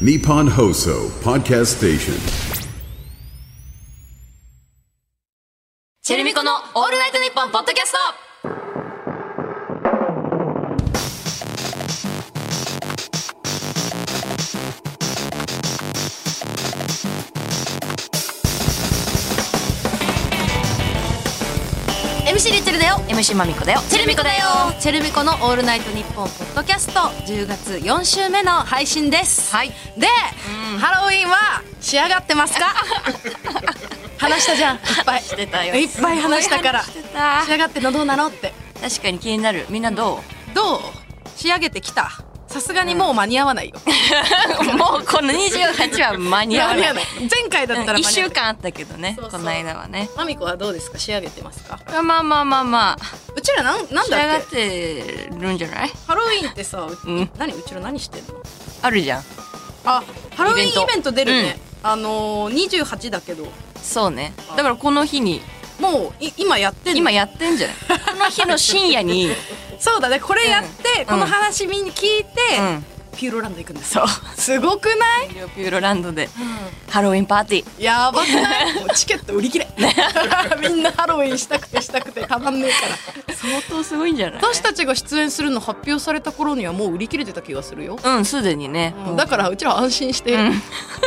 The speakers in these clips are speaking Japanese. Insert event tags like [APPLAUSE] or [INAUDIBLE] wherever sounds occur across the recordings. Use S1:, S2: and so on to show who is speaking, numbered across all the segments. S1: Nippon Hoso Podcast Station.
S2: チェルミコのオールナイトニッポンポッドキャストリッチェルだよ MC まみこだよチェルミコだよ
S3: チェルミコのオールナイトニッポンポッドキャスト10月4週目の配信です。
S2: はい
S3: で、ハロウィンは仕上がってます
S2: [LAUGHS]
S3: か？話したじゃん。いっぱい
S2: してたよ
S3: いっぱい話したから。
S2: すごい話し
S3: 仕上がってんのどうなのって。
S2: 確かに気になるみんなどう
S3: どう？仕上げてきた。さすがにもう間に合わないよ。
S2: [LAUGHS] もうこの28は間に合わない
S3: 前回だったら間に合わない
S2: 1週。間あったけどね
S3: そうそう
S2: この間はね
S3: マミコはどうですか？仕上げてますか？
S2: まあまあまあまあ
S3: うちらなんなん
S2: 仕上
S3: だ
S2: が
S3: っ
S2: っ
S3: け？
S2: てるんじゃない
S3: ハロウィンってさ、う
S2: うん
S3: 何うちら何してんの？
S2: あるじゃん
S3: あ、ハロウィン
S2: イベント
S3: イベント出るね。あのー、28だけど。
S2: そうねだからこの日に
S3: もうい今やってんの
S2: 今やってんじゃないこの日の深夜に
S3: そうだねこれやって、
S2: ん
S3: この話みんな聞いて、
S2: [LAUGHS] うん
S3: ピューロランド行くんだそうすごくない
S2: ピューロランドでハロウィンパーティー
S3: やばく
S2: [LAUGHS]
S3: ないもうチケット売り切れ [LAUGHS] みんなハロウィンしたくてしたくてたまんねえから
S2: 相当すごいんじゃない
S3: 私たちが出演するの発表された頃にはもう売り切れてた気がするよ、
S2: うんすでにね
S3: うんだからうちらは安心して
S2: ん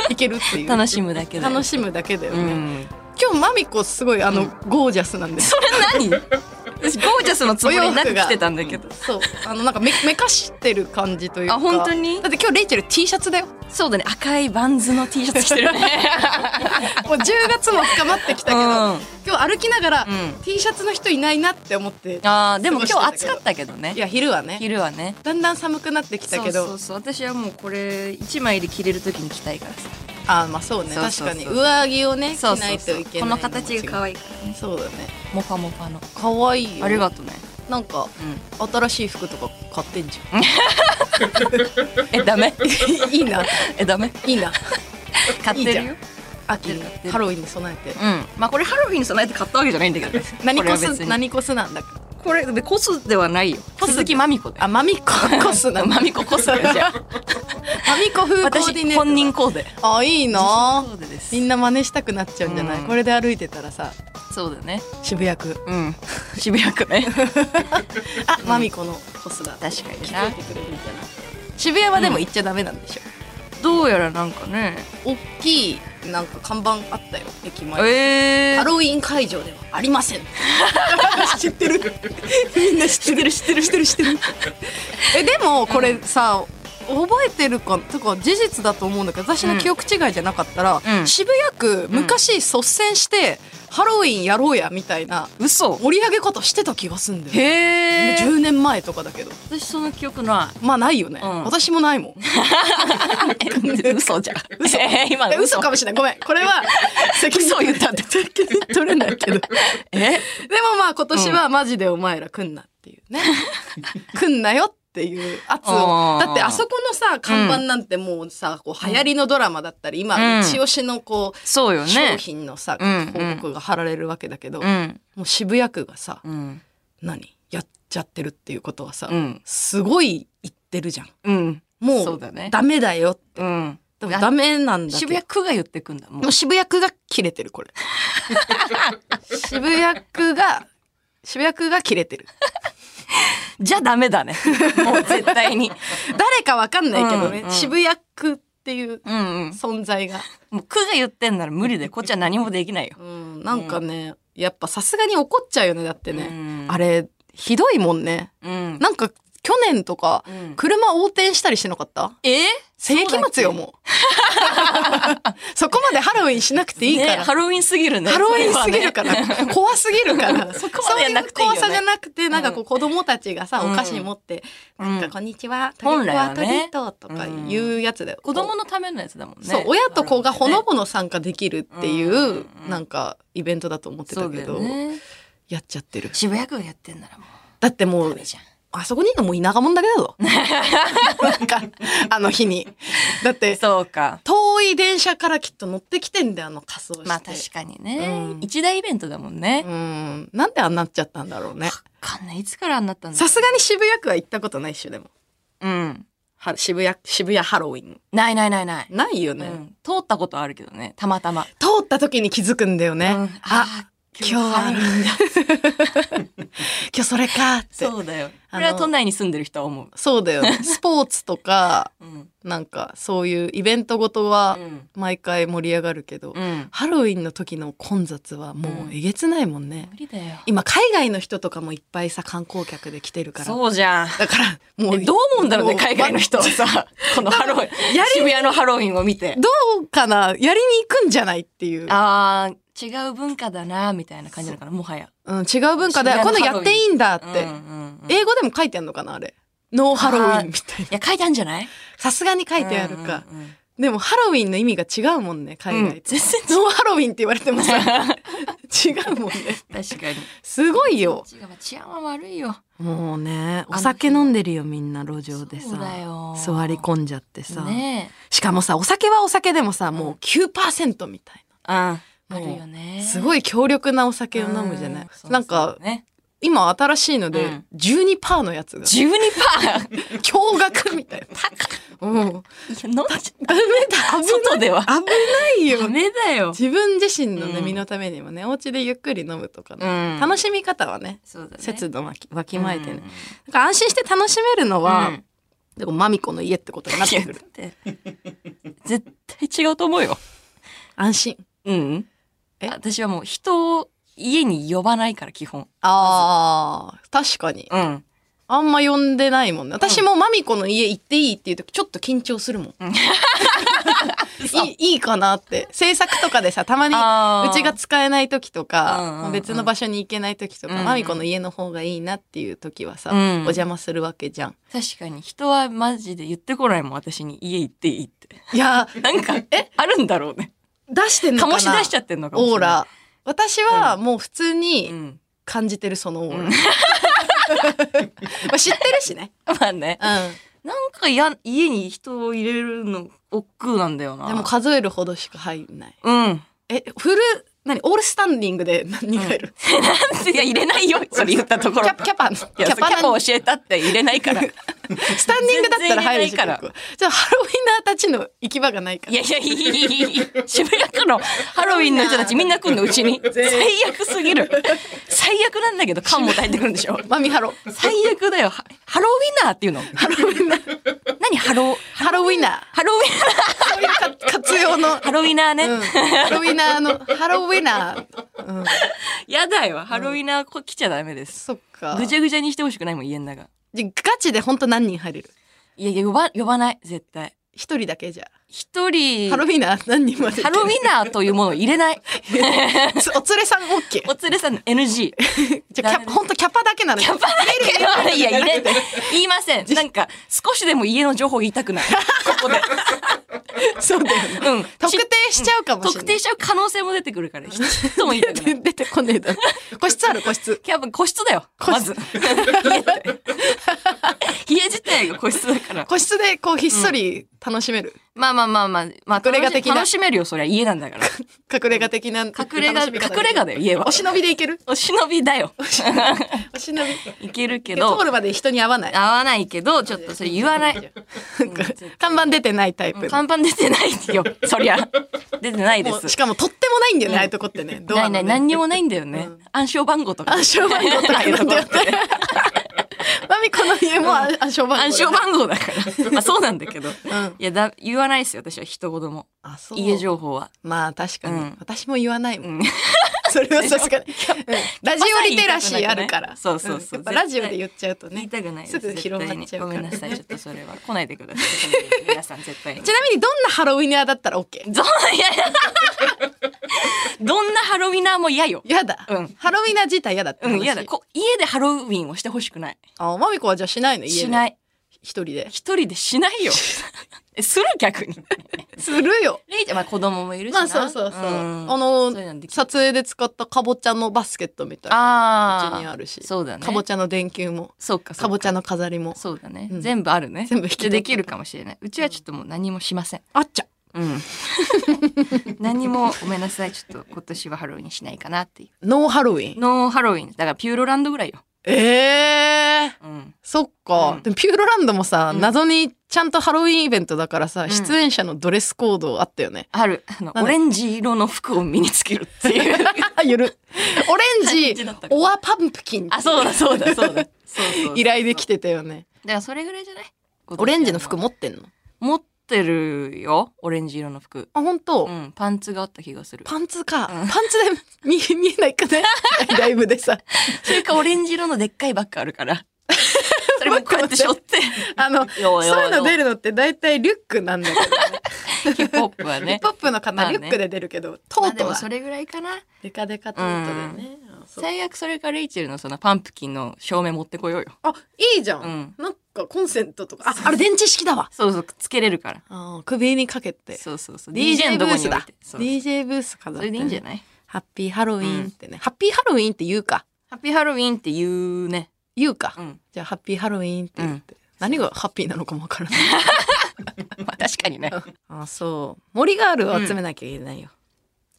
S3: 行けるっていう
S2: [LAUGHS] 楽しむだけで
S3: 楽しむだけだよ
S2: う
S3: ね、
S2: ん
S3: 今日マミコすごいあの、ゴージャスなんです
S2: これ何私ゴージャスのつもりになってきてたんだけど
S3: そうあのなんかめめかしてる感じというか
S2: あ本当に
S3: だって今日レイチェル T シャツだよ
S2: そうだね赤いバンズの T シャツ着てるね
S3: もう10月も深まってきたけど、
S2: [LAUGHS] うん
S3: 今日歩きながら、
S2: うん
S3: T シャツの人いないなって思って
S2: あーでも
S3: 過
S2: 今日
S3: ごして
S2: 暑かったけどね
S3: いや昼はね
S2: 昼はね
S3: だんだん寒くなってきたけど
S2: そうそうそう私はもうこれ一枚で着れる時に着たいからさ
S3: あーまあそうね
S2: そうそうそう
S3: 確かに上着をね着
S2: そう
S3: な
S2: そう
S3: い
S2: そ
S3: と
S2: う
S3: いけ
S2: こ
S3: ない
S2: の形が可愛いからね
S3: そうだね
S2: モファモファの
S3: 可愛いよ
S2: ありがとうね
S3: なんか
S2: う
S3: 新しい服とか買ってんじ
S2: んえダメ
S3: ゃ
S2: [LAUGHS]
S3: んいいな
S2: えダメ
S3: いい
S2: [LAUGHS]
S3: な
S2: 買ってるよ
S3: 秋に
S2: 買ってる
S3: ハロウィンに備えて
S2: うんまあこれハロウィンに備えて買ったわけじゃないんだけどね
S3: 何
S2: これ
S3: コ
S2: は別
S3: ス
S2: に
S3: 何コスなんだか
S2: これでコスではないよ
S3: コス
S2: 鈴木まみこで
S3: あマミココス
S2: [LAUGHS]
S3: なの
S2: まみこコスでじゃん
S3: [LAUGHS] マミコ風コーディネート
S2: 私本人コーデ
S3: あいいな
S2: コーデです
S3: みんな真似したくなっちゃうんじゃない、
S2: うん
S3: これで歩いてたらさ
S2: そうだね
S3: 渋谷区
S2: うん [LAUGHS] 渋谷区
S3: [LAUGHS]
S2: ね
S3: あ、マミコのコスだ
S2: 確かに
S3: 聞こ
S2: な
S3: えてくれるんじゃない渋谷はでも行っちゃダメなんでしょ、
S2: どうやらなんかね
S3: おっきいなんか看板あったよ駅前
S2: え
S3: ハ
S2: ー
S3: ロウィン会場ではありません [LAUGHS] 知ってるみんな知ってる知ってる知ってる知ってるえでもこれさ、覚えてるかとか事実だと思うんだけど私の記憶違いじゃなかったら、
S2: うん
S3: 渋谷区昔率先してハロウィンやろうやみたいな
S2: 嘘
S3: 盛り上げ方してた気がすんだよ、
S2: へえ
S3: 10年前とかだけど
S2: 私その記
S3: [LAUGHS]
S2: 憶な
S3: まあないよね、
S2: うん
S3: 私もないもん
S2: い嘘じゃん [LAUGHS] 嘘今
S3: え
S2: の
S3: 嘘かもしれないごめんこれ
S2: [LAUGHS]
S3: は責任を言ったって責任取れないけどで
S2: え
S3: もまあ今年はマジでお前ら来んなっていうね [LAUGHS] 来んなよっていう圧を
S2: あー
S3: だってあそこのさ看板なんてもうさ、こう流行りのドラマだったり今
S2: うん
S3: 一押しのこう、
S2: そうよ
S3: 商
S2: ね
S3: 品のさ、
S2: うん
S3: 広告が貼られるわけだけど、
S2: うん
S3: もう渋谷区がさ
S2: うん
S3: 何やっちゃってるっていうことはさ、
S2: うん
S3: すごい言ってるじゃん
S2: うん
S3: も
S2: そう
S3: う
S2: だね
S3: ダメだよ
S2: うん
S3: でもダメなんだけど
S2: 渋谷区が言ってくんだもん
S3: もう渋谷区が切れてるこれ渋谷区が渋谷区が切れてる
S2: じゃダ
S3: [LAUGHS]
S2: メだねもう絶対に
S3: 誰かわかんないけどね、
S2: うんうん
S3: 渋谷区っていう
S2: うんうん
S3: 存在が、
S2: もう区が言ってんなら無理でこっちは何もできないよ
S3: うん、なんかね、やっぱさすがに怒っちゃうよねだってね、
S2: うん
S3: あれひどいもんね
S2: うん
S3: なんか去年とか、
S2: うん
S3: 車横転したりしてなかった
S2: え
S3: 世紀末よ
S2: う
S3: も
S2: [LAUGHS]
S3: うそこまでハロウィンしなくていいから、
S2: ねハロウィンすぎるね
S3: ハロウィンすぎるから、怖すぎるから、
S2: [LAUGHS] そこまでやんなくていいよ
S3: そうう怖
S2: ね
S3: さじゃなくて、なんかこう子供たちがさ、
S2: うん
S3: お菓子持って、
S2: うん
S3: なんかこんにちは、トリ
S2: 本
S3: ッ
S2: 来
S3: クは
S2: は
S3: ト
S2: ね
S3: リートとかいうやつだよ。
S2: [LAUGHS] 子供
S3: の
S2: のためのやつだもんね、
S3: そう、親と子がほのぼの参加できるっていううんなんかイベントだと思って
S2: そ
S3: た
S2: うだ
S3: け
S2: よ
S3: ど、
S2: ね
S3: やっちゃってる。
S2: 渋谷区がやってんならもう
S3: だってもう
S2: ダメ、じゃん
S3: あそこにいるのもう田舎者だけだ
S2: [LAUGHS]
S3: ぞ。なんか、あの日に。だって、
S2: そうか
S3: 遠い電車からきっと乗ってきてんだよ、あの仮装して。
S2: まあ確かにね、
S3: うん
S2: 一大イベントだもんね、わ
S3: うん。なんであんなっちゃったんだろうね。
S2: かんないいつからあんなったんだ
S3: さすがに渋谷区は行ったことないっしょでも
S2: うん
S3: は渋谷渋谷ハロウィン
S2: ないないないない、
S3: ないよね、
S2: うん、通ったことあるけどねたまたま、
S3: 通った時に気づくんだよね、
S2: うん
S3: あ
S2: ー
S3: 今日は
S2: ハロウィンだ [LAUGHS]
S3: 今日それかってそう
S2: そうだよ
S3: あの
S2: これは都内に住んでる人は思う
S3: だよ
S2: [LAUGHS]
S3: ねスポーツとか
S2: うん
S3: なんかそういうイベントごとは
S2: うん
S3: 毎回盛り上がるけど、
S2: うん
S3: ハロウィンの時の混雑はもうえげつないもんね、
S2: 無理だよ
S3: 今海外の人とかもいっぱいさ観光客で来てるから
S2: そうじゃん
S3: だからも
S2: え
S3: う
S2: どう思うんだろうね
S3: も
S2: 海外の人はさこのハロウィン
S3: やり
S2: 渋谷のハロウィンを見て
S3: どうかなやりに行くんじゃないっていう、
S2: あー違う文化だなみたいな感じなのかなもはや、
S3: うん、違う文化で
S2: 渋谷
S3: 今
S2: の
S3: 度やっていいんだって、
S2: うんうんうん、い
S3: 英語でも書いてあるのかなあれノーハロウィンみたいな
S2: や書いてあるんじゃない
S3: さすがに書いてあるか、
S2: うんうんうん
S3: でもハロウィンの意味が違うもんね海外って、
S2: うん全
S3: ノーハロウィンって言われてもさ [LAUGHS] 違うもんね
S2: 確かに
S3: すごいよ
S2: 違う治安は悪いよ
S3: もうね
S2: あの
S3: お酒飲んでるよみんな路上で
S2: そう
S3: さ
S2: だよ
S3: 座り込んじゃってさ、
S2: ね
S3: しかもさお酒はお酒でもさもう9%みたい
S2: えあ
S3: もう
S2: るよね
S3: なす
S2: い
S3: ごい強力なお酒を飲むじゃないなんか
S2: ね
S3: 今新しいので
S2: うん
S3: 12%のやつが
S2: 12パー
S3: 驚愕み
S2: [LAUGHS]
S3: たいなうん
S2: 飲んじ [LAUGHS] ゃ
S3: ダメだ
S2: 外では
S3: 危ないよ
S2: ダメだよ
S3: 自分自身のね、
S2: うん
S3: 身のためにもねお家でゆっくり飲むとか
S2: う
S3: ね、
S2: ん
S3: 楽しみ方はね
S2: そうだね
S3: 節度わきわきまえてね、
S2: うん
S3: なんか安心して楽しめるのは、
S2: うん
S3: でもマミコの家ってことになってくる
S2: いやだって絶対違うと思うよ
S3: 安心
S2: うん
S3: え
S2: 私はもう人を家に呼ばないから基本
S3: あー確かに
S2: うん
S3: あんま呼んでないもんね私もマミコの家行っていいっていう時ちょっと緊張するもん、 [LAUGHS] いいいいかなって制作とかでさたまに
S2: あー
S3: うちが使えない時と
S2: うんうんう
S3: か
S2: ん
S3: 別の場所に行けない時とか、
S2: うんうん
S3: マミコの家の方がいいなっていう時はさ、
S2: うん
S3: お邪魔するわけじゃん
S2: 確かに人はマジで言ってこないもん私に家行っていいって
S3: [LAUGHS] いや
S2: なんかえあるんだろうね
S3: 出してんのかな
S2: 醸し出しちゃってんのかもし
S3: オー
S2: れな
S3: ラ私はもう普通
S2: い
S3: に
S2: ん、
S3: 感じてるそのオーラ、
S2: う
S3: [LAUGHS]
S2: ん
S3: まあ知ってるしね、
S2: まあね
S3: う
S2: なんかや家に人を入れるの億劫なんだよ
S3: ん、
S2: な
S3: でも数えるほどしか入んない
S2: うん [LAUGHS]
S3: えフル何オールスタンディングで何がいる、
S2: いや入れないよそれ言ったところ
S3: キャキャパのキ
S2: いや
S3: ャパ
S2: キャパ
S3: の
S2: 教えたって入れな
S3: [LAUGHS]
S2: いからい
S3: スタンディングだったら入るし
S2: 全然入れないか
S3: 結
S2: ら
S3: 構じゃあハロウィナーたちの行き場がないから
S2: やいやいいいいいい渋谷区のハロウィンの人たちみんな来んのうちに最悪すぎる最悪なんだけど缶も炊いてくるんでしょ
S3: マミハ
S2: [LAUGHS]
S3: ロ
S2: 最悪だよハハロウィナーっていうのハロウィナー何ハロー
S3: ハロウィナー
S2: ハロウィナー
S3: そういうか活用の、
S2: ハロウィナーね、
S3: うん、ハロウィナーのハロウィナー
S2: やだよハロウィナーこ来ちゃダメです
S3: そっか
S2: ぐちゃぐちゃにしてほしくないもん家の中
S3: じゃガチで本当何人入れる
S2: いやいや呼ば呼ばない絶対
S3: 一人だけじゃ
S2: 一人
S3: ハロウィナー何人まで
S2: ハロウィナーというものを入れない [LAUGHS]
S3: つ [LAUGHS] お連れさん OK
S2: お連れさんの NG
S3: じゃあ
S2: ダ
S3: キ
S2: メで
S3: ャ
S2: す
S3: ほんとキャパだけなの
S2: キャパだけはいや入 [LAUGHS] れ言いませんなんか少しでも家の情報言いたく [LAUGHS] ないここで
S3: そうだよ
S2: [LAUGHS]
S3: ね
S2: うん
S3: 特定しちゃうかもしれ
S2: 特
S3: な
S2: 定
S3: い
S2: しちゃう可能性も出てくる [LAUGHS] から一つも言いたくない
S3: 出てこねえだろ個室ある個室
S2: やっぱ個室だよまず家って家自体が個室だから
S3: 個室でこうひっそり楽しめる、
S2: [LAUGHS] まあまあまあまあまあ
S3: 隠れ家的な
S2: 楽しめるよそりゃ家なんだから
S3: 隠れ家的な
S2: 隠れ家
S3: 楽し
S2: 隠
S3: み方
S2: れ家だよ家は
S3: お忍びでいける
S2: お忍び
S3: [LAUGHS]
S2: だよ
S3: お忍び
S2: いけるけど
S3: 通るまで人に会わない
S2: 合わないけどちょっとそれ言わない
S3: なんか看板出てないタイプ
S2: 看板出てないよそりゃ出てないで
S3: もうし
S2: す
S3: かもとってもないんだよね、ああいうとこってねド
S2: な
S3: ア
S2: いな
S3: の
S2: い
S3: ね
S2: 何
S3: [LAUGHS]
S2: にもないんだよね、暗証番号とか
S3: 暗証番号とかなんだ
S2: [LAUGHS]
S3: よねマミコの家も暗暗証番号だ
S2: 暗証番号
S3: [LAUGHS]
S2: だからまあそうなんだけど、
S3: ん
S2: いやだ言わないですよ私は一言も
S3: あそう
S2: 家情報は
S3: まあ確かに、
S2: うん
S3: 私も言わないもん、
S2: うん
S3: それはさ
S2: [LAUGHS]
S3: すがに、うんラジオリテラシーあるから、
S2: そうそうそ
S3: や
S2: うん
S3: っぱラジオで言っちゃうと
S2: 言
S3: ね
S2: いたくないです
S3: すぐ広まっちゃう
S2: 絶対に
S3: か
S2: ごめん
S3: ら
S2: な
S3: ち
S2: さいちょっとそれは来ないでください
S3: [LAUGHS]
S2: 皆さん絶対に
S3: なみにどんなハロウィナーだったら OK
S2: どんいやいやどんなハロウィナーも嫌よ
S3: やだ、
S2: うん
S3: ハロウィナー自体やだって
S2: う
S3: 話、
S2: ん嫌だこ家でハロウィンをしてほしくない
S3: あマミコはじゃあしないの家で
S2: しない
S3: 一人で
S2: 一人でしない [LAUGHS] よえする逆に
S3: するよ
S2: レイちゃんまあ子供もいるしな
S3: まあそうそうそう、
S2: ん
S3: あの
S2: そういうのできる
S3: 撮影で使ったかぼちゃのバスケットみたいな
S2: あ
S3: うち
S2: あ
S3: にあるし
S2: そうだね
S3: かぼちゃの電球も
S2: そうか
S3: かぼち
S2: ゃ
S3: ゃの飾りも
S2: そうだね、
S3: うん
S2: 全部あるね
S3: 全部引き取
S2: で
S3: った
S2: できるかもしれないうちはちょっともう何もしません
S3: あっちゃ
S2: うん [LAUGHS] 何もごめんなさいちょっと今年はハロウィンしないかなってい
S3: ノーハロウィ
S2: う
S3: ン
S2: ノーハロウィンだからピューロランドぐらいよ
S3: えー、
S2: うん、
S3: そっか、
S2: うん
S3: でもピューロランドもさ、
S2: うん
S3: 謎にちゃんとハロウィンイベントだからさ、
S2: ん
S3: 出演者のドレスコードあったよ
S2: [LAUGHS]
S3: ね。
S2: あるあ
S3: な
S2: の
S3: んだ
S2: オレンジ色の服を身につけるっていう
S3: [LAUGHS] あ、ゆる。オレン
S2: 感
S3: ジ
S2: じだった、か
S3: オアパンプキン。
S2: あそうだそうだ [LAUGHS] そうだそうそうそう
S3: 依頼できてたよね。
S2: だからそれぐらいじゃない
S3: オレンジの服持ってんの
S2: 持ってるよオレンジ色の服
S3: あ、本当、
S2: うんパンツがあった気がする
S3: パンツか。
S2: うん
S3: パンツで見 [LAUGHS] 見えないか
S2: [LAUGHS]
S3: ねライブでさ。
S2: それかオレンジ色のでっかいバッグあるから [LAUGHS] それもこうやって背負って
S3: あの、
S2: よ
S3: そういうの出
S2: る
S3: るのって大体リュックなんだけどね。
S2: ヒップホップは
S3: ヒッ
S2: ね
S3: プホップの方、
S2: まあね
S3: リュックで出るけど、ト
S2: まあ
S3: ー
S2: で
S3: ト
S2: も
S3: は
S2: それぐらいかな
S3: デカデカトートだよね。あそう
S2: 最悪それかレイチェルのそのパンプキンの照明持ってこようよ
S3: あ、いいじゃん。
S2: うん
S3: なんかコンセントとか。あ、あれ電池式だわ。
S2: そうそうつけれるから
S3: あー首にかけて。
S2: そうそうそう DJ のとこに置いてそう
S3: DJ ブース飾っ
S2: そ
S3: てね。
S2: れでいいんじゃない
S3: ハッピーハロウィーンってね。ハッピーハロウィーンって言うか。
S2: ハッピーハロウィンって言うね
S3: 言うか。
S2: うん
S3: じゃあ、ハッピーハロウィーンって言って。何がハッピーなのかもわ
S2: [LAUGHS]
S3: からない。
S2: まあ確かにね
S3: あそう。森ガールを集めなきゃいけないよ。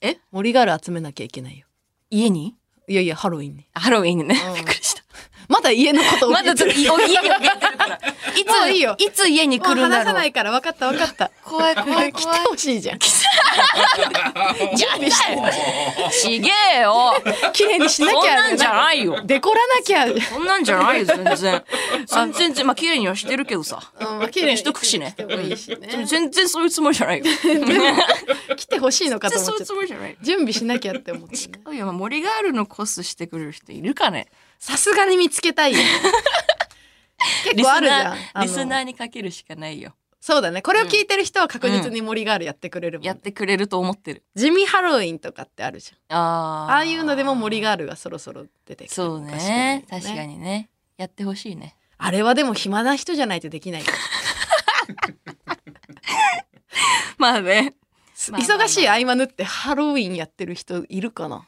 S2: うんえ
S3: 森ガール集めなきゃいけないよ。
S2: 家に
S3: いやいや、ハロウィーンね。
S2: ハロウィンにね
S3: うん
S2: びっくりした
S3: まだ家のことを
S2: まだちょっといお家に置い [LAUGHS] てるか
S3: も
S2: らい
S3: う
S2: つ
S3: いいよ
S2: いつ家に来
S3: もう
S2: るんだ
S3: 話
S2: ろ
S3: さ
S2: う
S3: ないから分かった分かった。
S2: 怖い怖い
S3: 来て
S2: 怖い
S3: ほしいじゃん。
S2: じゃないちげえよ
S3: 綺麗にし [LAUGHS] なきゃ。
S2: そんなんじゃ
S3: い
S2: ないよ
S3: デコらなきゃ。
S2: そんなんじゃないよ全然全然 [LAUGHS] まあ綺麗にはしてるけどさ
S3: うん、綺麗
S2: しとくしね
S3: てもいいしね。
S2: 全然そういうつもりじゃないよ全
S3: 来てほしいのかと
S2: 然
S3: 思っ
S2: そうい
S3: ちゃった
S2: うつ。もりじゃないよ
S3: 準備しなきゃって思ってね。
S2: いやまあ森ガールのコスしてくれる人いるかね
S3: さすがに見つけたい
S2: [LAUGHS]
S3: よ。結
S2: リス
S3: 構あるじゃ
S2: ナ
S3: ん。
S2: ー
S3: あ
S2: リスナー
S3: の
S2: にかけるしかないよ
S3: そうだね。これを聞いてる人は確実に森ガールやってくれるもんね、
S2: やってくれると思ってる
S3: 地味ハロウィンとかってあるじゃん。
S2: あー
S3: ああいうのでも森ガールがそろそろ出てきて
S2: そう
S3: もおかしくないよ
S2: ね確かにねやってほしいね
S3: あれはでも暇な人じゃないとできないから
S2: まあねまあまあまあ
S3: [LAUGHS] 忙しい合間縫ってハロウィンやってる人いるかな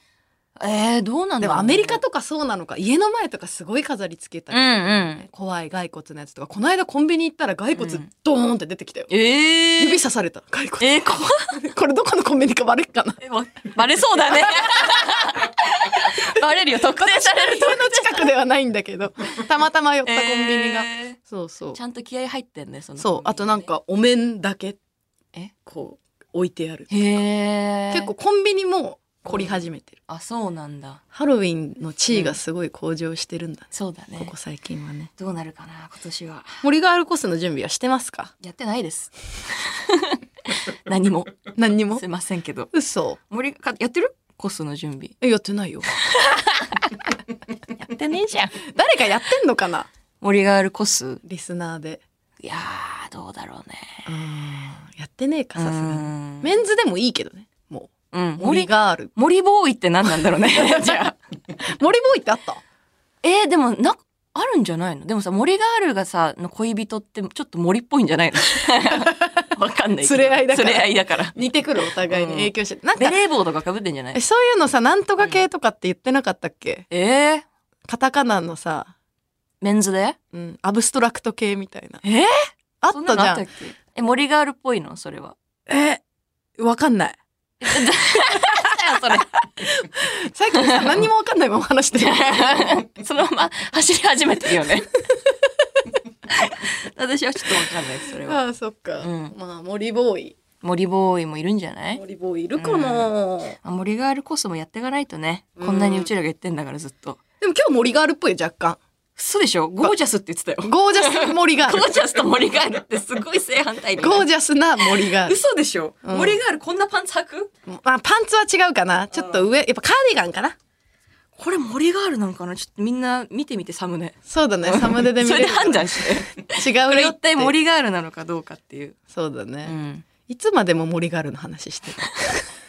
S2: えー、どうなん
S3: で
S2: だろう
S3: もア
S2: ね
S3: メリカとかそうなのか家の前とかすごい飾りつけた
S2: うん
S3: り、
S2: うん
S3: 怖い骸骨のやつとかこの間コンビニ行ったら骸骨
S2: うん
S3: ドーンって出てきたよ、
S2: ええ
S3: 指刺された骸骨
S2: えー、怖
S3: これどこのコンビニか悪いか
S2: [LAUGHS]
S3: な
S2: いわバレそうだね [LAUGHS] バレるよ特定されると
S3: そんな近くではないんだけどたまたま寄ったコンビニが、
S2: え
S3: そうそう
S2: ーちゃんと気合入ってんねその
S3: そうあとなんかお面だけ
S2: え
S3: こう置いてある
S2: へえ
S3: 結構コンビニも凝り始めてる
S2: あそうなんだ
S3: ハロウィンの地位がすごい向上してるんだ、
S2: そうだね
S3: ここ最近はね。
S2: どうなるかな今年は
S3: 森ガールコスの準備はしてます
S2: [LAUGHS]
S3: か
S2: やってないです何も
S3: 何にも
S2: すいませんけど
S3: 嘘
S2: 森がやってるコスの準備
S3: え、やって
S2: [LAUGHS]
S3: ないよ。
S2: やってねえじゃん
S3: 誰かやってんのかな
S2: 森ガールコス
S3: リスナーで。
S2: いやーどうだろうね
S3: やってねえか、さすがに。
S2: うん
S3: メンズでもいいけどね。も
S2: うん
S3: う。森
S2: 森
S3: ガー
S2: [LAUGHS]
S3: ル。
S2: 森ボーイって何なんだろうね [LAUGHS] じゃあ
S3: 森ボーイってあった
S2: えー、でもなあるんじゃないのでもさ森ガールがさの恋人ってちょっと森っぽいんじ
S3: [LAUGHS]
S2: ゃないのわかんないけど
S3: 連れ合いだから
S2: 連れ合い
S3: [LAUGHS]
S2: だから
S3: 似てくるお互いに影響して。なん
S2: ベ
S3: か、
S2: レー帽とかかぶってんじゃな
S3: え
S2: い
S3: そういうのさ、なんとか系とかって言ってなかったっけ
S2: えー、
S3: カタカナのさ、
S2: メンズで
S3: うん、アブストラクト系みたいな。
S2: えー、
S3: あっ
S2: そんな
S3: た
S2: の
S3: じ
S2: あ
S3: ゃ
S2: ったっ
S3: ん。
S2: けえ森ガールっぽいのそれは
S3: え、わかんない。
S2: それ
S3: 最近さ、何にもわかんないまま話して
S2: [LAUGHS]
S3: る。 [LAUGHS]
S2: そのまま走り始めてるよね [LAUGHS] 私はちょっとわかんないですそれは
S3: ああそっか、
S2: うん
S3: まあ森ボーイ
S2: 森ボーイもいるんじゃない
S3: 森ボーイいるかな、で
S2: あ森ガールコスもやっていかないとねこんなにうちらが言ってんだからずっと
S3: も今日森ガールっぽいよ若
S2: 嘘でしょゴージャスって言ってたよ
S3: 干ゴージャス森ガール
S2: [LAUGHS] ゴージャスと森ガールってすごい正反対だよね
S3: ゴージャスな森ガール、
S2: 嘘でしょ、
S3: うん
S2: 森ガールこんなパンツ履く
S3: まあ、パンツは違うかなちょっと上やっぱカーディガンかな
S2: これ森ガールなんかなちょっとみんな見てみてサムネ
S3: そうだねサムネで見
S2: そ
S3: れ
S2: れで
S3: る
S2: 判断
S3: [LAUGHS]
S2: して
S3: 違
S2: こ
S3: う
S2: れ
S3: よ
S2: 一体森ガールなのかどうかっていう、
S3: そうだ
S2: う
S3: ね、
S2: ん、
S3: いつまでも森ガールの話してる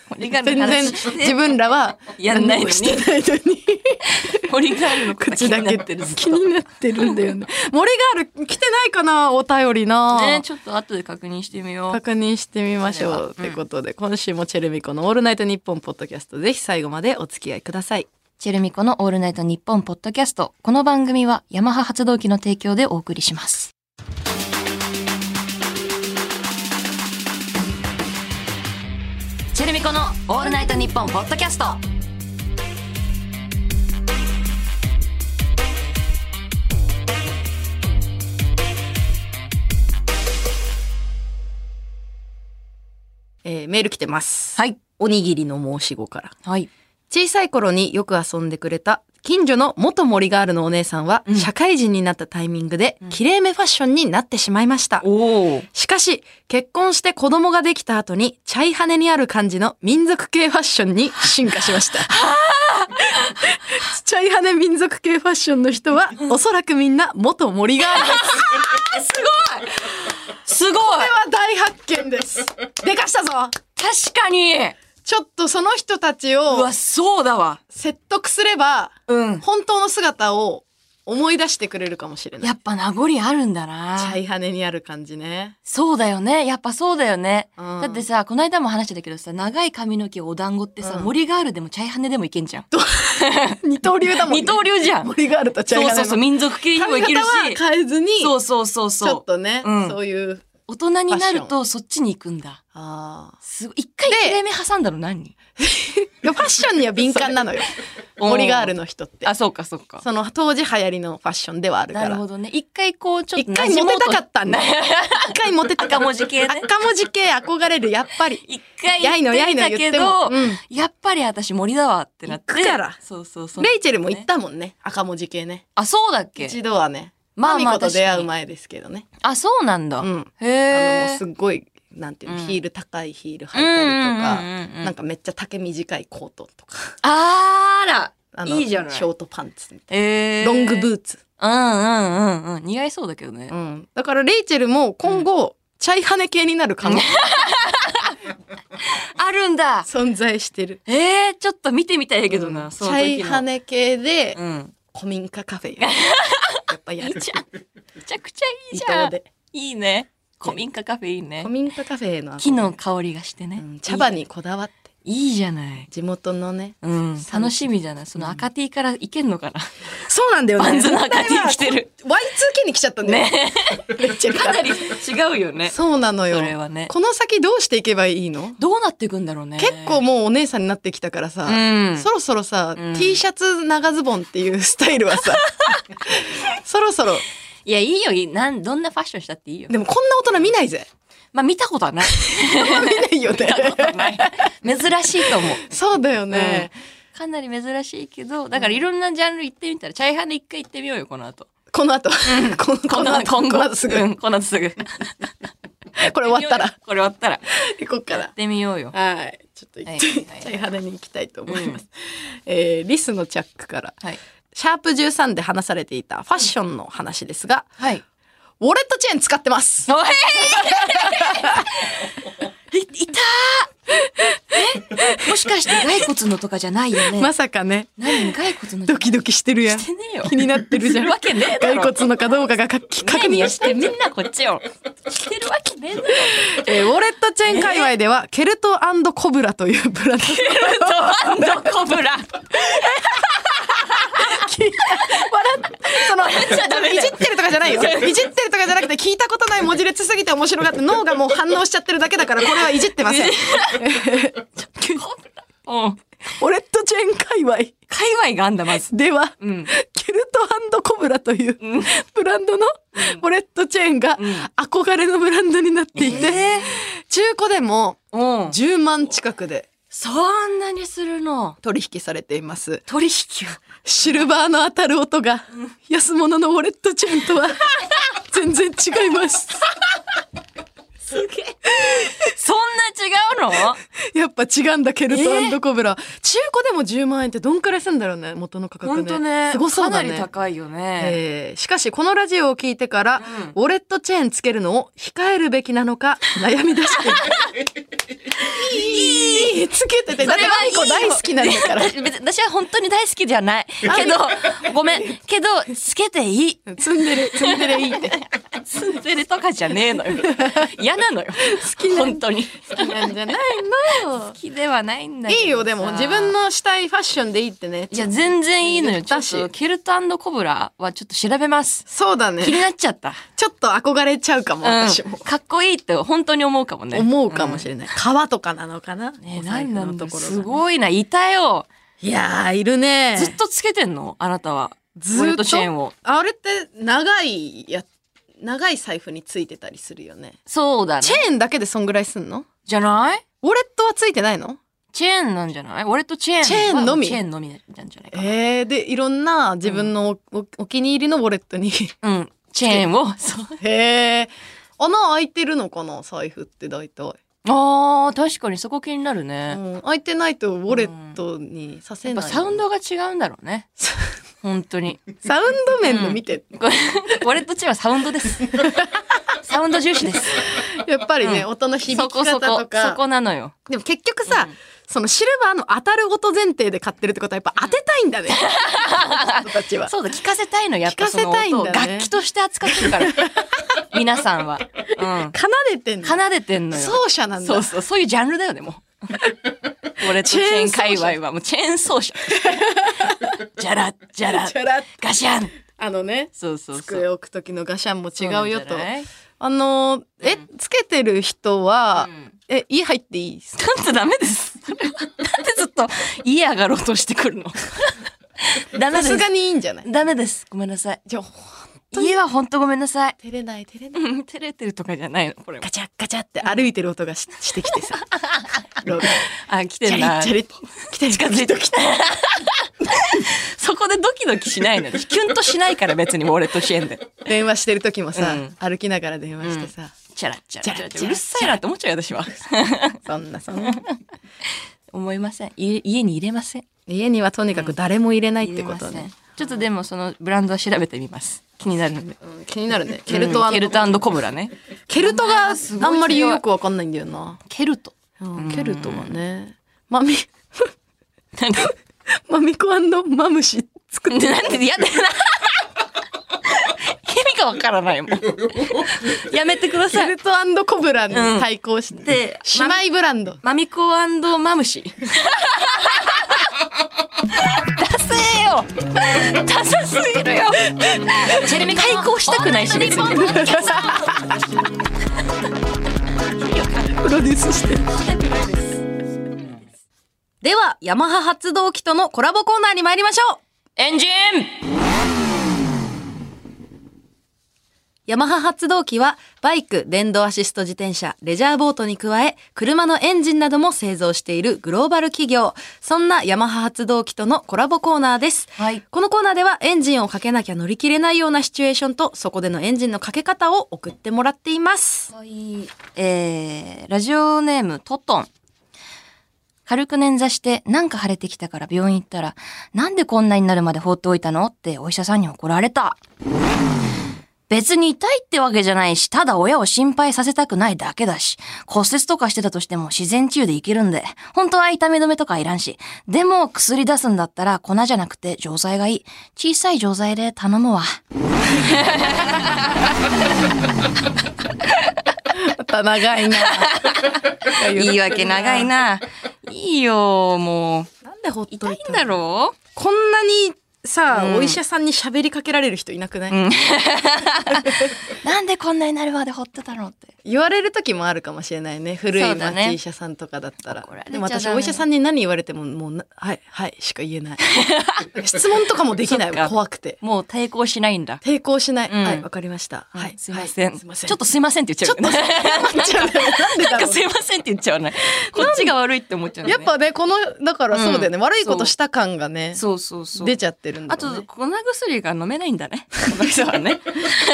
S2: 森ガール
S3: 全
S2: の
S3: 然
S2: 話 [LAUGHS] して
S3: 自分らは
S2: やんな
S3: 何
S2: いの
S3: も
S2: に
S3: してないのに
S2: 森ガールのこと
S3: 口
S2: [LAUGHS] 気
S3: だ
S2: に
S3: け
S2: なってるず
S3: [LAUGHS]
S2: っ
S3: 気
S2: と
S3: になってるんだよね森ガール来てないかなお便りな
S2: ねちょっと後で確認してみよう
S3: 確認してみましょう。
S2: それはうん
S3: ってことで、今週もチェルミコの「オールナイトニッポン」ポッドキャストぜひ最後までお付き合いください。
S2: チェルミコのオールナイトニッポンポッドキャストこの番組はヤマハ発動機の提供でお送りしますチェルミコのオールナイトニッポンポッドキャスト
S3: えーメール来てます。
S2: はい。
S3: おにぎりの申し子から。
S2: はい。
S3: 小さい頃によく遊んでくれた近所の元森ガールのお姉さんは、
S2: うん
S3: 社会人になったタイミングで、きれいめファッションになってしまいました。
S2: おお。
S3: しかし、結婚して子供ができた後に、チャイハネにある感じの民族系ファッションに進化しました。 [LAUGHS] チャイハネ民族系ファッションの人は、おそらくみんな元森ガー [LAUGHS] ルです。
S2: すごい
S3: これは大発見です。でかしたぞ
S2: 確かに
S3: ちょっとその人たち
S2: う
S3: を
S2: わ、そうだわ。
S3: 説得すれば、
S2: うん。
S3: 本当の姿を思い出してくれるかもしれない。
S2: やっぱ名残あるんだ
S3: チャ
S2: な。
S3: イハネにある感じね。
S2: そうだよね。やっぱそうだよね。
S3: うん
S2: だってさ、この間も話してたけどさ、長い髪の毛お団子ってさ、
S3: うん
S2: 森ガールでもチャイハネでもいけんじゃん。
S3: 二刀流だもんね。
S2: 二刀流じゃん。
S3: 森ガールとチャイ
S2: そう
S3: ハネの。
S2: そうそう、民族系にもい
S3: 髪
S2: ける
S3: 型は
S2: し。
S3: 変えずに、ち
S2: そ
S3: ょ
S2: うそうそう
S3: っ
S2: そう。
S3: とね、
S2: うん
S3: そういう。
S2: 大人になるとそっちに行くんだ。
S3: あ
S2: すごい。一回
S3: で
S2: 切れ目挟んだの何
S3: ファッションには敏感な
S2: [LAUGHS]
S3: のよ。森ガールの人って。
S2: あ、そうかそうか。
S3: その当時流行りのファッションではあるか
S2: なる
S3: ら
S2: ほ。どね。一回こう、ちょっと
S3: 一回モテたかったんだ。一回モテたかった。
S2: 赤文字系ね
S3: 赤文字系憧れる、やっぱり。
S2: 一
S3: [LAUGHS]
S2: 回
S3: やい
S2: 言
S3: のやいの
S2: って
S3: 言
S2: み
S3: って
S2: たけ
S3: も。、
S2: ど
S3: うん
S2: やっぱり私森だわってなって。
S3: 行くから
S2: そうそうそう。
S3: レイチェルも言ったもんね。赤文字系ね。
S2: あ、そうだっけ
S3: 一度はね。
S2: まあまあ
S3: マミコと出会
S2: 確か
S3: う
S2: に
S3: 前ですけどね。
S2: あ、そうなんだ。
S3: うん。
S2: へ
S3: あのもう
S2: え。
S3: すっごいなんていうの、
S2: うん
S3: ヒール高いヒール履いた
S2: うんうんう
S3: りとか
S2: んうんうん
S3: なんかめっちゃ丈短いコートとか
S2: あら。
S3: あの
S2: いいじゃない
S3: ショートパンツみた
S2: え
S3: いなロング
S2: ー。
S3: ブーツ、
S2: うんうんうんうん。似合いそうだけどね。
S3: うん、だからレイチェルも今後、チャイハネ系になる可能性
S2: あるんだ。
S3: 存在してる。
S2: えー、ちょっと見てみたいけどな。
S3: チ
S2: その時の
S3: ャイハ。ネ系で、 [LAUGHS]
S2: うん。
S3: 古民家カフ
S2: [LAUGHS]
S3: ェややっぱや
S2: いい
S3: る。
S2: じゃん。めちゃくちゃいい
S3: 伊
S2: じ
S3: 藤
S2: ゃん。
S3: で
S2: いいね。古民家カフェいいね
S3: 古。民家カフェの
S2: 木の香りがしてね。
S3: うん茶葉にこだわって
S2: いい。いいじゃない。
S3: 地元のね
S2: うん。
S3: 地
S2: 楽しみじゃない。その赤 T からいけんのか
S3: [LAUGHS]
S2: な。
S3: そうなんだよ
S2: バ
S3: ね
S2: ンズの赤 T 着てる。
S3: Y2K に来ちゃったんだよ、
S2: ね。
S3: レイチェル
S2: か
S3: が
S2: なり違うよ
S3: [LAUGHS]
S2: ね。
S3: そうなのよ
S2: それはね
S3: この先どうしていけばいいの
S2: どうなっていくんだろうね。
S3: 結構もうお姉さんになってきたからさ、
S2: うん
S3: そろそろさ、
S2: うん
S3: T シャツ長ズボンっていうスタイルは
S2: [LAUGHS]
S3: さそろそろ
S2: いや、いいよ、いい。なん、どんなファッションしたっていいよ。
S3: でもこんな大人見ないぜ
S2: まあ、見たこ
S3: [LAUGHS]
S2: とはない。
S3: 見ないよね
S2: ない珍しいと思う。
S3: そうだよね、
S2: かなり珍しいけど、だからいろんなジャンル行ってみたら、チャイハンで一回行ってみようよ、この後。
S3: この後、このこの後
S2: 今後
S3: この後すぐ、
S2: うん、この後すぐ。
S3: これ終わったら
S2: これ終わったら。
S3: 行こっか
S2: や
S3: ら
S2: ってみようよ。
S3: はいちょっと行って、
S2: はいはい
S3: チャイハネに行きたいと思います、えーリスのチャックから
S2: はい。
S3: シャープ13で話されていたファッションの話ですが、
S2: はい。
S3: ウォレットチェーン使ってます
S2: おい [LAUGHS] いいたーえもしかして骸骨のとかじゃないよね。
S3: まさかね
S2: 何骸骨の
S3: ドキドキしてるやん
S2: してねえよ
S3: 気になってるじゃん
S2: するわけねえだろ
S3: 骸骨のかどうかが確認確
S2: 確認
S3: 認
S2: し
S3: してて、
S2: みんなこっ [LAUGHS] ちを。してるわけねえだろ。
S3: えーウォレットチェーン界隈では、ケルトコブラというブランド
S2: アンドコブラ。
S3: その
S2: ゃダメだよ
S3: いじってるとかじゃないよいじってるとかじゃなくて聞いたことない文字列すぎて面白がって脳が
S2: [LAUGHS]
S3: もう反応しちゃってるだけだからこれはいじってませんウ
S2: コブラ。うん。
S3: ォレットチェーン界隈
S2: 界隈があんだ、まず。
S3: では、
S2: ん
S3: ケルトコブラというブランドのウォレットチェーンが憧れのブランドになっていて、中古でも
S2: うん。
S3: 10万近くで
S2: そんなにするの。
S3: 取引されています
S2: 取引を。
S3: シルバーの当たる音が安物のウォレットチェーンと
S2: [LAUGHS]
S3: は全然違います
S2: すげえ。そんな違うの
S3: やっぱ違うんだケル
S2: え
S3: トコブラ、中古でも10万円ってどんくらいするんだろうね元の価格ね
S2: [LAUGHS] 本当ね。
S3: すごそうだ
S2: かなり
S3: ね
S2: 高いよね。
S3: えーしかしこのラジオを聞いてから、ウォレットチェーンつけるのを控えるべきなのか悩み出しているいいいいつけててだってマミコ大好きなんだから
S2: 私別 [LAUGHS] に私は本当に大好きじゃない。けど、ごめん。けど、つけていい。
S3: ツンデレツンデレいいって
S2: ツンデレとかじゃねえのよ。嫌なのよ。好
S3: きな
S2: 本当に。
S3: 好きなんじゃないのよ
S2: 好きではないんだけどさ
S3: いいよでも自分のしたいファッションでいいってね
S2: いや全然いいのよち
S3: 言
S2: ょ
S3: った
S2: っ
S3: し
S2: とケルトコブラはちょっと調べます
S3: そうだね
S2: 気になっちゃった、
S3: ちょっと憧れちゃうかも、私
S2: うん、
S3: も
S2: かっこいいって本当に思うかもね
S3: 思うかも
S2: し
S3: しれない、革とかなのかな、
S2: ね
S3: お財
S2: 何
S3: 布
S2: な
S3: の
S2: んだ
S3: と
S2: ろ
S3: こ
S2: う
S3: ろが
S2: すごいないたよ
S3: いやーいるね
S2: ずっとつけてんのあなたは
S3: ずっと
S2: ウォレットチェーンを
S3: あれって長いや長い財布についてたりするよね
S2: そうだね
S3: チェーンだけでそんぐらいすんの
S2: じゃない
S3: ウォレットはついてないの
S2: チェーンなんじゃない俺とチェーンは。
S3: チェーンのみ
S2: チェーンのみなんじゃないかな。
S3: えー、でいろんな自分のお,、お気に入りのウォレット
S2: [LAUGHS]
S3: に
S2: うん。チェーンを。そう。
S3: へえ穴開いてるのかな財布って大体、
S2: [LAUGHS] あー、確かにそこ気になる
S3: う
S2: ね。
S3: ん、開いてないとウォレットにさ
S2: や
S3: せ
S2: っ
S3: な
S2: ぱ
S3: い、
S2: サウンドが違うんだろ
S3: [LAUGHS]
S2: うね。本当に。
S3: サウンド面の見て、
S2: これウォレットチェーンはサウン
S3: [LAUGHS]
S2: ドです。サウンド重視です。
S3: やっぱりね、
S2: うん
S3: 音の響
S2: そ
S3: き
S2: こそ
S3: 方と
S2: こ、
S3: か
S2: そこなのよ。
S3: でも結局さ、そのシルバーの当たる音前提で買ってるってことはやっぱ当てたいん [LAUGHS] だね、人たちは
S2: そうだ、聞かせたいの、やっぱその
S3: 聞かせたい
S2: 音
S3: ん
S2: を
S3: だね
S2: 楽器として扱って
S3: [LAUGHS]
S2: るから。皆さんは。うん。
S3: 奏でてんの
S2: 奏でてんのよ。
S3: 奏者なんだ
S2: そうそう、そういうジャンルだ
S3: [LAUGHS]
S2: よね、もう。俺とチェーン界隈はもうチェーン奏者。
S3: [LAUGHS]
S2: じゃら、じゃら、
S3: チャラッ
S2: ガシャン。
S3: あのね
S2: そうそうそう。
S3: 机置く時のガシャンも違うよと
S2: そうなんじ
S3: あのーえ、つけてる人は、え家入っていいですか
S2: ゃない。なんとダメです。それはなんでずっと家上がろうとして
S3: [LAUGHS]
S2: くるの。ダメ
S3: さ
S2: ですす
S3: が。にいいんじゃない
S2: ダメです。ごめんなさい。
S3: じゃあ
S2: 家はほんとごめんなさい。 [LAUGHS]
S3: 照れない照れない
S2: うん照れてるとかじゃないの、これも
S3: ガ。チャガチャって歩いてる音がししてきて [LAUGHS] さロビー
S2: あ、来
S3: チャ
S2: てん
S3: リ
S2: な
S3: チ。ャリ来て近づいてきた
S2: そこでドキドキし [LAUGHS] ないの。キュンとしないから別に俺と支援で。
S3: 電話してる時もさ、
S2: うん
S3: 歩きながら電話してさ、
S2: チャラチャラチャラ
S3: チ
S2: チ
S3: ャラチャラ
S2: ャラ。うるさいなって思っちゃうよ私は。
S3: そんなそんな
S2: [LAUGHS] 思いません。い家に入れません。
S3: 家にはとにかく誰も入れないってこと
S2: 入れま
S3: ね
S2: せん、ちょっとでもそのブランドは調べてみます。気になるので。
S3: うん気になるねケルト
S2: う
S3: は、
S2: んケルトコブラね。
S3: ケルトが
S2: すごい
S3: あ
S2: 強い
S3: んまりよくわかんないんだよな、
S2: ケルト。
S3: うんケルトはねマミ [LAUGHS]
S2: なんで、
S3: マミコマムシ作って
S2: [LAUGHS] なん [LAUGHS] で、やだな。意味がわからないもん。やめてくだ
S3: ケ
S2: さい。
S3: ルトコブラに対抗して
S2: で、
S3: 姉妹ブランド
S2: マミコマムシ。ダセーよダサすぎ [LAUGHS] るよ対抗したくないし別に。
S3: プロデュースしてるではヤマハ発動機とのコラボコーナーに参りましょう
S2: エンジン
S3: ヤマハ発動機はバイク、電動アシスト自転車、レジャーボートに加え、車のエンジンなども製造しているグローバル企業。そんなヤマハ発動機とのコラボコーナーです。
S2: はい
S3: このコーナーではエンジンをかけなきゃ乗り切れないようなシチュエーションと、そこでのエンジンのかけ方を送ってもらっています。
S2: はい。えー、ラジオネームトトン。軽く捻挫して、なんか腫れてきたから病院行ったら、なんでこんなになるまで放っておいたのってお医者さんに怒られた。別に痛いってわけじゃないし、ただ親を心配させたくないだけだし、骨折とかしてたとしても自然治癒でいけるんで、本当は痛み止めとかいらんし、でも薬出すんだったら粉じゃなくて錠剤がいい。小さい錠剤で頼むわ。
S3: また長 [LAUGHS] いな。
S2: 言い訳長いな。いいよ、もう。
S3: なんでほっといた
S2: 痛いんだろう
S3: こんなにさ、
S2: うん
S3: お医者さんに喋りかけられる人いなくない、
S2: なんでこんなになるまでほってたのって。
S3: 言われる時もあるかもしれないね古
S2: そ
S3: いう
S2: だ
S3: 町
S2: ね
S3: 医者さんとかだったら
S2: 怒られちゃ
S3: でも私
S2: ダメ
S3: お医者さんに何言われてももうなはいはいしか言
S2: [LAUGHS]
S3: えない質問とかもできない
S2: そっ
S3: わ
S2: か
S3: 怖くて
S2: もう抵抗しないんだ。
S3: 抵抗しない、
S2: うん
S3: はいわかりました、はい
S2: すいません。
S3: はいすいません
S2: ちょっとすいませんって言っちゃうよね。
S3: ちょっとなんで
S2: [LAUGHS] な
S3: だ
S2: んか
S3: ろう
S2: すいませんって言っちゃうね。 [LAUGHS] こっちが悪いって思っちゃう
S3: [LAUGHS]
S2: ね。
S3: やっぱねこのだからそうだよね、
S2: うん
S3: 悪いことした感がね
S2: そうそうそう。
S3: 出ちゃってるんだ
S2: あ
S3: ろう
S2: と
S3: ね
S2: 粉薬が飲めないんだ [LAUGHS] ね。この人はね。
S3: [LAUGHS]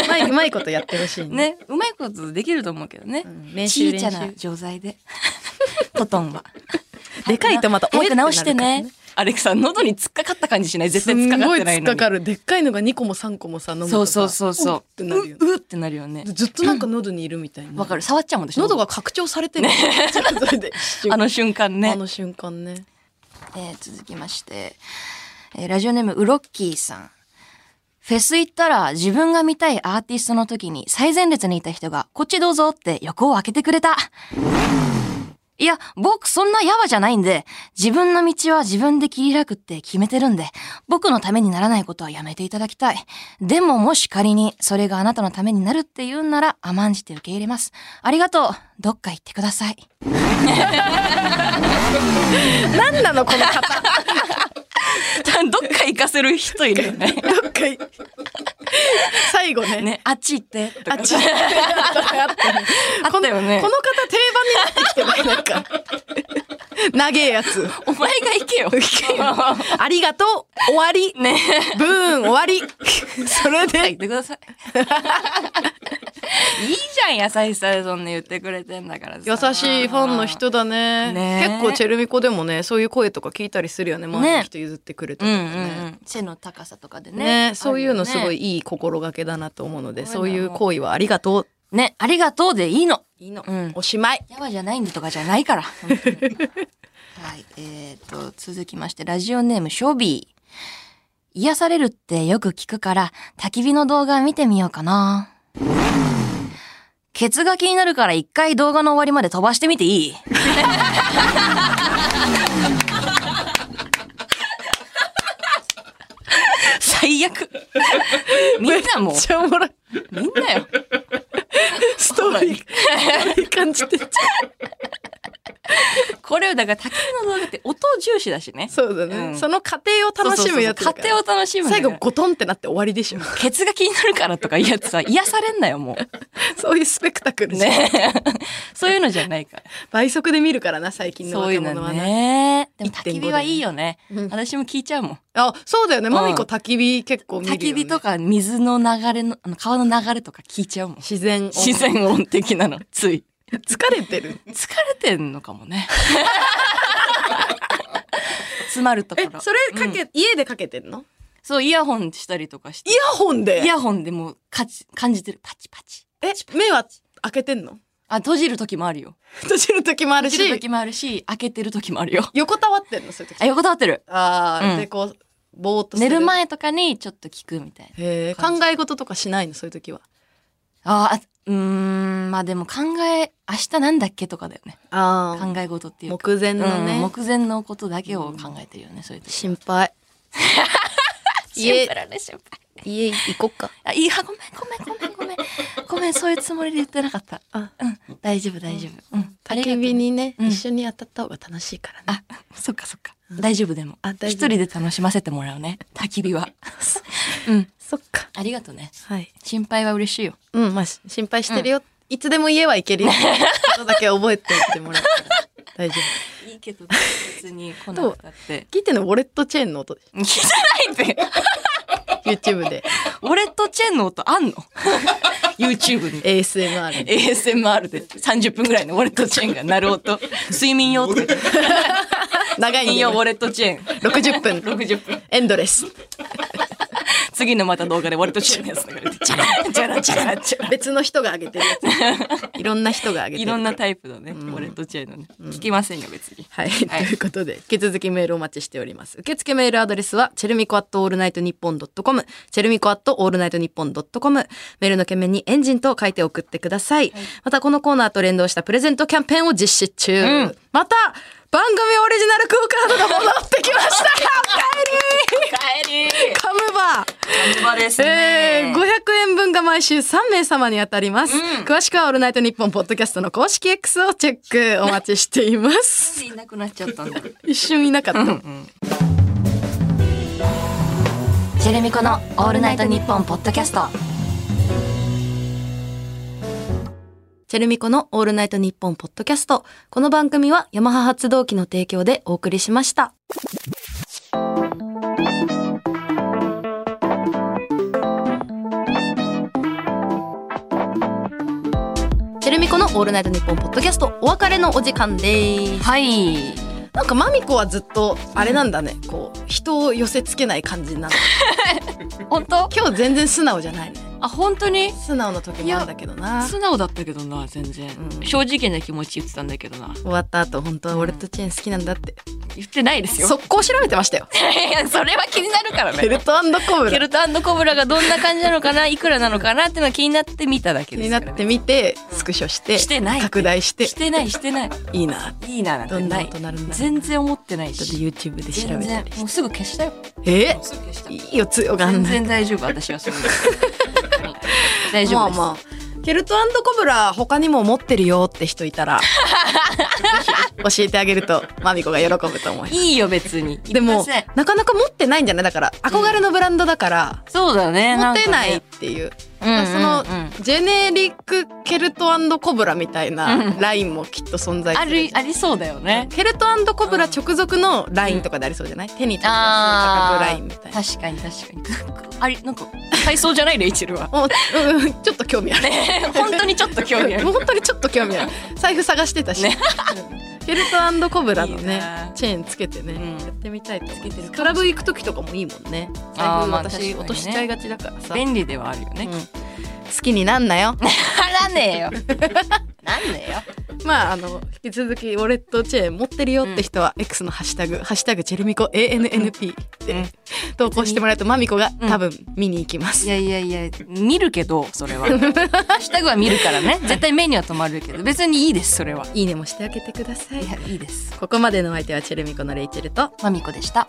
S3: うまいうまいことやってほしいね
S2: ね、うまいことできると思うけどね。
S3: ん練習
S2: 小さな錠剤 [LAUGHS] で。トトンは。
S3: でかいとまたおえって
S2: 早く
S3: なる
S2: 直
S3: から
S2: してね。アレクさん喉に突っかかった感じしない。絶
S3: す
S2: 対
S3: ん
S2: 突っかかっ
S3: ごい
S2: てない
S3: 突っ
S2: の
S3: か
S2: に。
S3: かるでっかいのが2個も3個もさ飲むとさ
S2: そうそうそうそ
S3: おっ
S2: う。
S3: てなるよね
S2: ううってなるよね。
S3: ずっとなんか喉にいるみたいな、
S2: わかる。触っちゃうもん私。
S3: 喉が拡張されてる、それぞれで一瞬
S2: あの瞬間ね
S3: あ。の瞬間ね
S2: えー続きまして、えーラジオネームウロッキーさん。フェス行ったら自分が見たいアーティストの時に最前列にいた人がこっちどうぞって横を開けてくれた。いや、僕そんなヤバじゃないんで、自分の道は自分で切り開くって決めてるんで、僕のためにならないことはやめていただきたい。でももし仮にそれがあなたのためになるって言うんなら甘んじて受け入れます。ありがとう。どっか行ってください。
S3: 何なのこの
S2: [LAUGHS]
S3: 方
S2: どっか行かせる人いるよね。
S3: どっかい最後 [LAUGHS] ね
S2: ね、あっち行って。
S3: あ
S2: [LAUGHS]
S3: っちあったね
S2: あったよね
S3: このこの方定番になってきてないなんか長えやつ。
S2: お前が
S3: [LAUGHS]
S2: 行けよ。
S3: ありがとう終わり
S2: [LAUGHS] ね
S3: ブーン終わ
S2: [LAUGHS]
S3: りそれ
S2: 言っ
S3: で、
S2: てくださ [LAUGHS] い。いいじゃん、優しさでそんな言ってくれてんだからさ。
S3: 優しいファンの。人だね。
S2: ねえ
S3: 結構チェルミコでもね、そういう声とか聞いたりするよね。周りの人譲ってくれた
S2: うん
S3: り
S2: う
S3: と
S2: ん
S3: かね。
S2: うん。背の高さとかでね。
S3: ね、そういうのすごい
S2: い。
S3: いい心がけだなと思うので、
S2: そうだ
S3: そ
S2: よ
S3: ういう行為はありがとう。
S2: ね、ありがとうでいいの。
S3: いいの
S2: うん
S3: おしまい。
S2: やばじゃないんでとかじゃないから。本
S3: [LAUGHS]
S2: 当にはい。えっ、と、続きまして、ラジオネーム、ショビー。癒されるってよく聞くから、焚き火の動画見てみようかな。ケツが気になるから一回動画の終わりまで飛ばしてみ
S3: [LAUGHS]
S2: ていい最悪。みんな
S3: め
S2: もう
S3: っ、ちゃおもろい。
S2: みんなよ。
S3: ストーリー、ストーリー感じてっちゃう。
S2: これをだから焚き火の動画って音重視だしね。
S3: [LAUGHS] そうだ
S2: う
S3: ね。
S2: ん
S3: その過程を楽しむやつだから。
S2: 家庭を楽しむんだ
S3: 最
S2: よ
S3: 後ゴトンってなって終わりでしょ。
S2: [LAUGHS] ケツが気になるからとかいうや [LAUGHS] つさ癒されんなよも
S3: そういうスペクタクル
S2: う
S3: じゃん
S2: ね [LAUGHS] そういうのじゃないから
S3: 倍速で見るからな、最近の
S2: [LAUGHS] そういう
S3: 若
S2: の
S3: 者はね。
S2: ねでも
S3: 1.5
S2: 焚き火はいいよね私も聞いちゃうもん
S3: あ、そうだよね。
S2: ん
S3: マミコ焚き火結構見るよ、
S2: 焚
S3: ね。
S2: き火とか水の流れのあの川の流れとか聞いちゃ [LAUGHS] うもん
S3: 自然音
S2: 自然音的な [LAUGHS] のつい
S3: 疲れて
S2: [LAUGHS]
S3: る。
S2: 疲れてんのかも [LAUGHS] ね詰まるとこ
S3: え
S2: ろ、
S3: それかけ、家でかけてんの
S2: そうイヤホンしたりとかして
S3: イヤホンで
S2: イヤホンでもうかち感じてるパチパチ
S3: え、目は開けてんの
S2: あ閉じる時もあるよ
S3: 閉じる時もある
S2: 閉じる
S3: し、
S2: 時もあるし開けてる時もあるよ
S3: 横たわってんのそういう時
S2: あ。横たわってる
S3: あー、
S2: うん
S3: でこう、ぼーっとす
S2: 寝
S3: る。
S2: る。前とかにちょっと聞くみたいな。
S3: へー考え事とかしないのそういう時は。
S2: ああ、うーん、まあでも考え、明日なんだっけとかだよね。
S3: あ
S2: 考え事っていうか。
S3: 目前のね、
S2: うん目前のことだけを考えてるよね、そういう時。
S3: 心 [LAUGHS] 配。
S2: シ
S3: 家
S2: ンプルね、心配。
S3: 家行こっか。
S2: あ、いいや、ごめん、ごめん、ごめん、 [LAUGHS] ごめん。ごめん、そういうつもりで言ってなかった。
S3: あ
S2: うん、大丈夫、大丈夫。うん、あり
S3: 焚
S2: がとう
S3: き火。にね、
S2: うん
S3: 一緒に当たった方が楽しいからね。
S2: あ、そっかそっか。大丈夫でも。
S3: あ
S2: 一
S3: 大丈
S2: 人
S3: 夫
S2: で楽しませてもらうね。焚き火 [LAUGHS] は。うん、
S3: そっか。
S2: ありがとうね。
S3: はい。
S2: 心配は嬉しいよ。
S3: うん、まあ、し心配してるよ。いつでも家は行けるよ。ことだけ覚えておいてもら [LAUGHS] ったら大丈
S2: いいけど、別に来なくたって。
S3: 夫。聞いてんのウォレットチェーンの音です。
S2: [LAUGHS] 聞いてないって。
S3: YouTube で。
S2: ウォレットチェーンの音あんの [LAUGHS] ?YouTube に。
S3: ASMR で。
S2: ASMR で30分ぐらいのウォレットチェーンが鳴る音。睡眠用とか。
S3: 長いん
S2: 睡眠
S3: で
S2: 用ウォ
S3: ね。
S2: レットチェーン。
S3: 60分。
S2: 60分。
S3: エンドレス。
S2: 次のまた動画でウォレットチェーンのやつ流れて、チャラチャラチャラチャラ。
S3: 別の人が上げてるや
S2: [LAUGHS]
S3: つ。いろんな人が上げてる。
S2: いろんなタイプのね、ウォレットチェーンのね。聞きませんよ、別に。
S3: はい、ということで引き続きメールお待ちしております受付メールアドレスはチェルミコアットオールナイトニッポンドットコムチェルミコアットオールナイトニッポンドットコムメールの件名にエンジンと書いて送ってください、またこのコーナーと連動したプレゼントキャンペーンを実施中、また番組オリジナルクオカードが戻ってきました
S2: [LAUGHS]
S3: お帰り
S2: 帰り
S3: カムバー
S2: 本場です
S3: えー、
S2: ね。
S3: 500円分が毎週3名様に当たります、詳しくは「オールナイトニッポン」ポッドキャストの公式 X をチェックお待ちしています
S2: [LAUGHS] いなくなっちゃったんだ。
S3: 一瞬いなかった。
S2: ジェレミコのオールナイトニッポンポッドキャスト。
S3: チェルミコのオールナイトニッポンポッドキャスト。この番組はヤマハ発動機の提供でお送りしました。チェルミコのオールナイトニッポンポッドキャストお別れのお時間です。
S2: はい。
S3: なんかマミコはずっとあれなんだね。こう人を寄せ付けない感じなの。
S2: 本当
S3: [LAUGHS] 今日全然素直じゃないね。
S2: あ、本当に
S3: 素直な時もあるんだけどな。
S2: 素直だったけどな全然、
S3: うん
S2: 正直な気持ち言ってたんだけどな
S3: 終わった後本当はウォレットチェーン好きなんだって
S2: 言ってないですよ
S3: 速攻調べてましたよ
S2: いやそれは気になるから
S3: ベ
S2: ね
S3: ルトコブ
S2: [LAUGHS]
S3: ラ
S2: ケルトコブラがどんな感じなの
S3: [LAUGHS]
S2: かないくらなのかなっていうのが気になってみただ
S3: 気
S2: けで
S3: に
S2: す
S3: なっ
S2: から、ね、
S3: てみてスクショして
S2: してない
S3: 拡大して
S2: してないしてない
S3: いいなって
S2: いいななん
S3: ど
S2: て
S3: んな
S2: ない
S3: ことなるんだろう
S2: 全然思ってない
S3: ちょっと
S2: し
S3: YouTube で調
S2: 全
S3: べた
S2: 然
S3: り
S2: もうすぐ消したよ
S3: え
S2: すぐ消した
S3: いいよ強がん
S2: 全
S3: ない
S2: 然大丈夫私はそれ
S3: [LAUGHS]
S2: ではい大丈夫です、
S3: まあまあケルトコブラ他にも持ってるよって人いた
S2: [LAUGHS]
S3: らぜひ教えてあげるとマミコが喜ぶと思います
S2: いいよ別に
S3: で
S2: いり
S3: も
S2: ません
S3: なかなか持ってないんじゃないだから憧れのブランドだから、
S2: そうだね
S3: 持てな
S2: な
S3: い
S2: ん
S3: っ
S2: かね
S3: ていう
S2: うんうんうん
S3: そのジェネリックケルトコブラみたいなラインもきっと存在
S2: あ
S3: する
S2: り、ありそうだよね。
S3: ケルトコブラ直属のラインとかでありそうじゃない手に取って高くラインみたいな
S2: 確かに確かに。あり、なんか、体操じゃないレイチェルは。
S3: おうんちょっと興味ある
S2: [LAUGHS] 本当にちょっと興味ある
S3: もう。本当にちょっと興味ある財布探してたし、ケルトコブラのね
S2: いいな
S3: チェーンつけてね、
S2: うん
S3: やってみたいと思い
S2: つけ
S3: ま
S2: てる
S3: す
S2: かもしれない
S3: クラブ行く時とかもいいもんね
S2: あ
S3: 財
S2: ー
S3: 布
S2: ま
S3: 私、
S2: あ確かにね
S3: 落としちゃいがちだからさ、
S2: [LAUGHS] 便利ではあるよ [LAUGHS]
S3: うん
S2: ね。
S3: 好きになんなよ
S2: [LAUGHS] ならねえよ。なんねえよ。
S3: [LAUGHS] まああの引き続きウォレットチェーン持ってるよって人は X のハッシュタグ「ハッシュタグチェルミコ ANNP」
S2: うん
S3: で投稿してもらうとマミコが
S2: うん
S3: 多分見に行きます、
S2: いやいやいや、見るけど、それは。 [LAUGHS] ハッシュタグは見るからね。絶対目には止まるけど、別にいいです、それは。
S3: いいねもしてあげてください
S2: いや、いいです。
S3: ここまでのお相手はチェルミコのレイチェルと
S2: まみこでした。